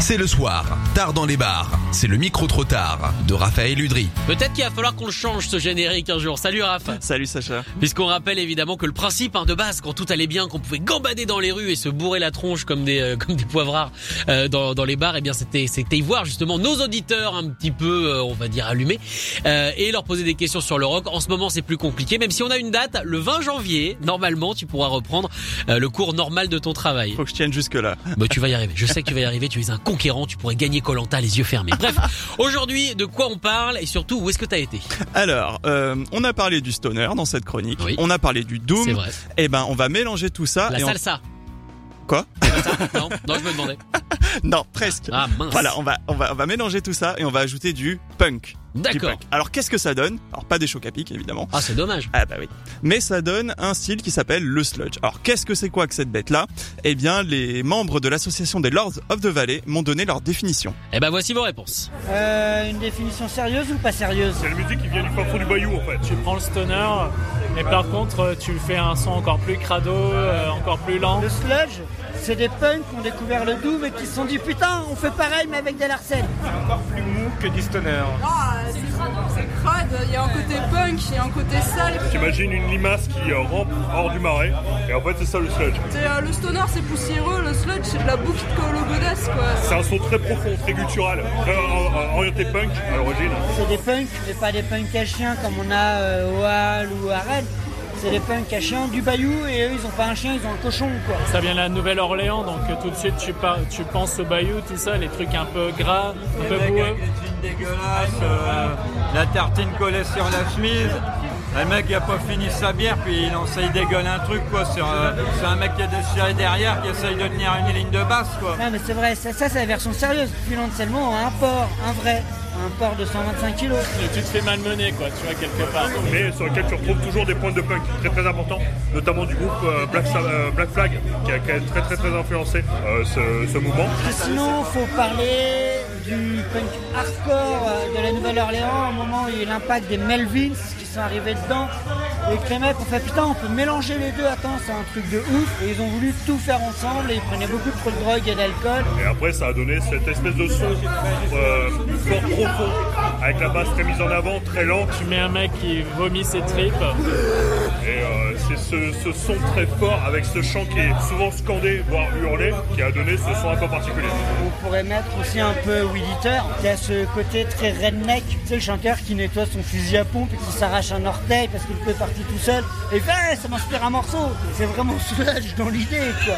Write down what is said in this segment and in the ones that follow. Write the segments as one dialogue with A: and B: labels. A: C'est le soir, tard dans les bars. C'est le micro trop tard de Raphaël Udry.
B: Peut-être qu'il va falloir qu'on le change ce générique un jour. Salut Raph
C: Salut Sacha.
B: Puisqu'on rappelle évidemment que le principe hein, de base, quand tout allait bien, qu'on pouvait gambader dans les rues et se bourrer la tronche comme des euh, comme des poivrards euh, dans, dans les bars, et bien c'était c'était y voir justement nos auditeurs un petit peu, euh, on va dire allumés, euh, et leur poser des questions sur le rock. En ce moment, c'est plus compliqué, même si on a une date, le 20 janvier. Normalement, tu pourras reprendre euh, le cours normal de ton travail.
C: Faut que je tienne jusque-là.
B: Bah, tu vas y arriver. Je sais que tu vas y arriver. Tu es un conquérant. Tu pourrais gagner Colanta les yeux fermés. Bref, aujourd'hui, de quoi on parle et surtout où est-ce que t'as été
C: Alors, euh, on a parlé du stoner dans cette chronique.
B: Oui.
C: On a parlé du
B: C'est
C: doom.
B: vrai.
C: Et ben, on va mélanger tout ça.
B: La
C: et on-
B: salsa.
C: Quoi
B: Non, non, je me demandais.
C: Non, presque.
B: Ah mince.
C: Voilà, on va, on va, on va mélanger tout ça et on va ajouter du punk. Du
B: D'accord.
C: punk. Alors, qu'est-ce que ça donne Alors, pas des chocs à pic, évidemment.
B: Ah, c'est dommage.
C: Ah bah oui. Mais ça donne un style qui s'appelle le sludge. Alors qu'est-ce que c'est quoi que cette bête-là Eh bien les membres de l'association des Lords of the Valley m'ont donné leur définition.
B: Eh ben voici vos réponses.
D: Euh, une définition sérieuse ou pas sérieuse
E: C'est la musique qui vient du fin fond du bayou en fait.
F: Tu prends le stoner, mais par contre, euh, tu fais un son encore plus crado, euh, encore plus lent.
D: Le sludge, c'est des punks qui ont découvert le doom et qui se sont dit putain, on fait pareil mais avec des larcènes.
G: Ah, c'est crade, c'est crade. Il y a un côté punk, il y a un côté sale.
E: T'imagines une limace qui euh, rampe hors du marais, et en fait c'est ça le sludge.
G: C'est, euh, le stoner, c'est poussiéreux, le sludge, c'est de la bouffe de Paolo Godas, quoi.
E: C'est un son très profond, très guttural, très, euh, euh, orienté punk à l'origine.
D: C'est des punks, mais pas des punks à chiens comme on a euh, au Hall ou à Rennes. C'est des punks à chiens du Bayou et eux ils ont pas un chien, ils ont un cochon quoi.
F: Ça vient de la Nouvelle-Orléans, donc euh, tout de suite, tu, par- tu penses au bayou, tout ça, les trucs un peu gras, un peu boueux.
H: dégueulasse, euh, la tartine collée sur la chemise. Le mec il a pas fini sa bière puis il essaye dégueuler un truc quoi. C'est un, c'est un mec qui a déchiré derrière qui essaye de tenir une ligne de basse quoi.
D: Non mais c'est vrai, ça, ça, c'est la version sérieuse. Puis l'Anselmo a un porc, un vrai, un porc de 125 kilos.
F: Et tu te fais malmener, quoi, tu vois, quelque part.
E: Mais sur lequel tu retrouves toujours des points de punk très très importants, notamment du groupe euh, Black, Sa- euh, Black Flag, qui a, qui a très très très influencé euh, ce, ce mouvement.
D: Et Ah, sinon faut parler du punk hardcore euh, de la Nouvelle-Orléans, au moment où il y a eu l'impact des Melvins qui sont arrivés dedans. Et que les mecs ont fait putain on peut mélanger les deux, attends c'est un truc de ouf. Et ils ont voulu tout faire ensemble et ils prenaient beaucoup trop de drogue et d'alcool.
E: Et après ça a donné cette espèce de son euh, fort profond, avec la basse très mise en avant, très lente.
F: Tu mets un mec qui vomit ses tripes.
E: Et euh, c'est ce, ce son très fort avec ce chant qui est souvent scandé, voire hurlé, qui a donné ce son un peu particulier.
D: On pourrait mettre aussi un peu Will Eater, qui a ce côté très redneck. C'est le chanteur qui nettoie son fusil à pompe et qui s'arrache un orteil parce qu'il peut partir tout seul. Et il fait, Ah, ça m'inspire un morceau. C'est vraiment sludge dans l'idée, quoi.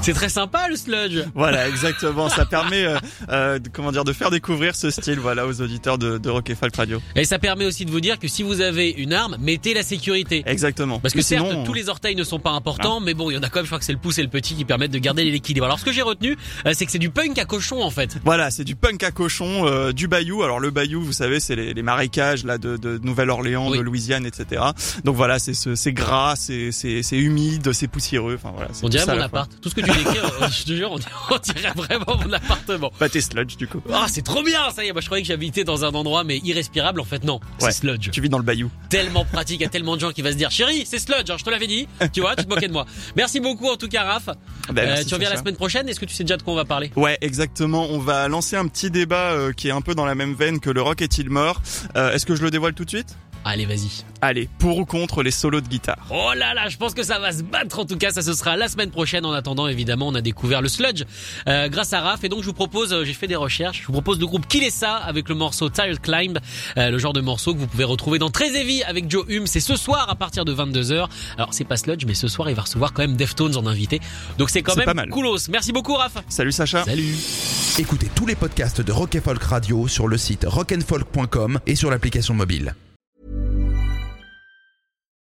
B: C'est très sympa le sludge.
C: Voilà, exactement. ça permet euh, euh, de- comment dire de faire découvrir ce style voilà aux auditeurs de, de Rock et Folk Radio.
B: Et ça permet aussi de vous dire que si vous avez une arme, mettez la sécurité.
C: Exactement.
B: Parce que
C: Mais
B: certes,
C: sinon, Ah.
B: tous les orteils ne sont pas importants, mais bon, il y en a quand même, je crois que c'est le pouce et le petit qui permettent de garder l'équilibre. Alors ce que j'ai retenu, euh, c'est que c'est du punk à cochon en fait.
C: Voilà, c'est du punk à cochon, euh, du bayou. Alors le bayou, vous savez, c'est les, les marécages là de, de Nouvelle-Orléans,
B: Oui.
C: de Louisiane, etc. Donc voilà, c'est ce- c'est gras, c'est c'est c'est humide, c'est poussiéreux. Enfin voilà. c'est
B: On dirait
C: tout ça à
B: mon
C: la fois.
B: appart. Tout ce que tu décris, on- je te jure, on dirait, on dirait vraiment mon appartement.
C: Bah t'es sludge du coup.
B: Ah, c'est trop bien, ça y est. Moi, je croyais que j'habitais dans un endroit, mais irrespirable. En fait, non.
C: Ouais.
B: C'est sludge.
C: Tu vis dans le bayou.
B: Tellement pratique. Il y a tellement de gens qui va se dire, chérie, c'est sludge. hein, je te l'avais dit. Tu vois, tu te moquais de moi. Merci beaucoup, en tout cas, Raph.
C: Bah,
B: Euh,
C: merci,
B: tu reviens la
C: Sacha.
B: semaine prochaine. Est-ce que tu sais déjà de quoi on va parler?
C: Ouais, exactement. On va lancer un petit débat euh, qui est un peu dans la même veine que le rock est-il mort. Euh, Est-ce que je le dévoile tout de suite
B: Allez, vas-y.
C: Allez, pour ou contre les solos de guitare.
B: Oh là là, je pense que ça va se battre en tout cas, ça ce sera la semaine prochaine. En attendant, évidemment, on a découvert le sludge euh, grâce à Raph. Et donc je vous propose, euh, j'ai fait des recherches, je vous propose le groupe Kill It ça avec le morceau Tired Climb, euh, le genre de morceau que vous pouvez retrouver dans Très Heavy avec Joe Hume. C'est ce soir à partir de 22h. Alors c'est pas sludge, mais ce soir il va recevoir quand même Deftones en invité. Donc c'est quand
C: C'est
B: même
C: pas mal.
B: coolos. Merci beaucoup Raph.
C: Salut Sacha.
B: Salut.
A: Écoutez tous les podcasts de Rock et Folk Radio sur le site rockandfolk.com et sur l'application mobile.